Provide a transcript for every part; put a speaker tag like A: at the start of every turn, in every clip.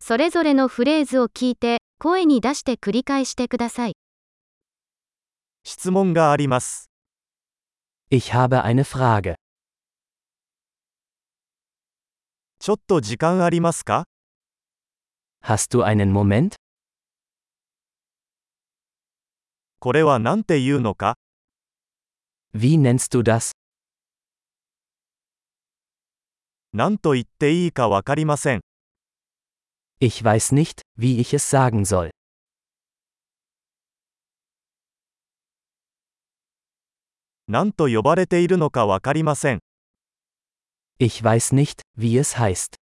A: それぞれのフレーズを聞いて、声に出して繰り返してください。
B: 質問があります。
C: Ich habe eine Frage.
B: ちょっと時間ありますか
C: Hast du einen Moment?
B: これは何て言うのか
C: Wie nennst du das?
B: 何と言っていいかわかりません。
C: Ich weiß nicht, wie ich es sagen soll.
B: 何と呼ばれているのかわかりません。
C: Ich weiß nicht, wie es heißt.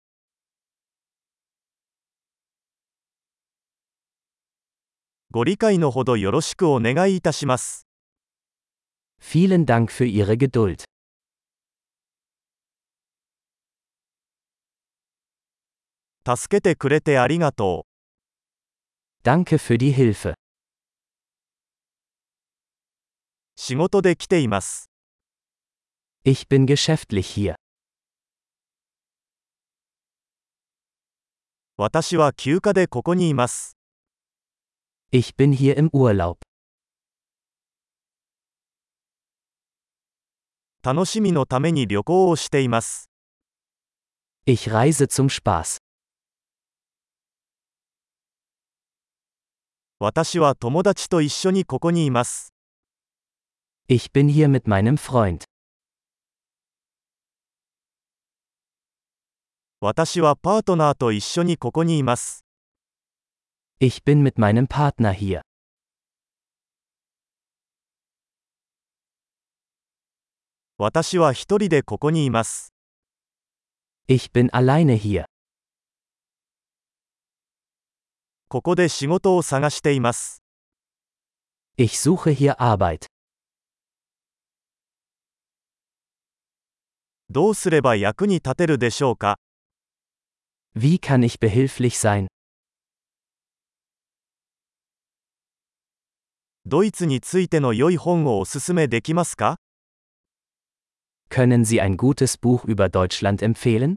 B: ご理解のほどよろしくお願いいたします。
C: Vielen Dank für Ihre Geduld.
B: 助けてくれてありがと
C: Danke für die Hilfe.
B: う。仕事で来ています。
C: Ich bin geschäftlich hier.
B: 私は休暇でここにいます。
C: Ich bin hier im Urlaub.
B: 楽しみのために旅行をしています。
C: Ich reise zum Spaß.
B: 私は友達と一緒にここにいます。
C: Ich bin hier mit meinem Freund.
B: 私はパートナーと一緒にここにいます。
C: Ich bin mit meinem Partner hier.
B: 私は一人でここにいます。
C: Ich bin alleine hier.
B: ここで仕事を探しています。
C: Ich suche hier Arbeit.
B: どうすれば役に立てるでしょうか
C: Wie kann ich behilflich sein?
B: ドイツについての良い本をおすすめできますか
C: Können Sie ein gutes Buch über Deutschland empfehlen?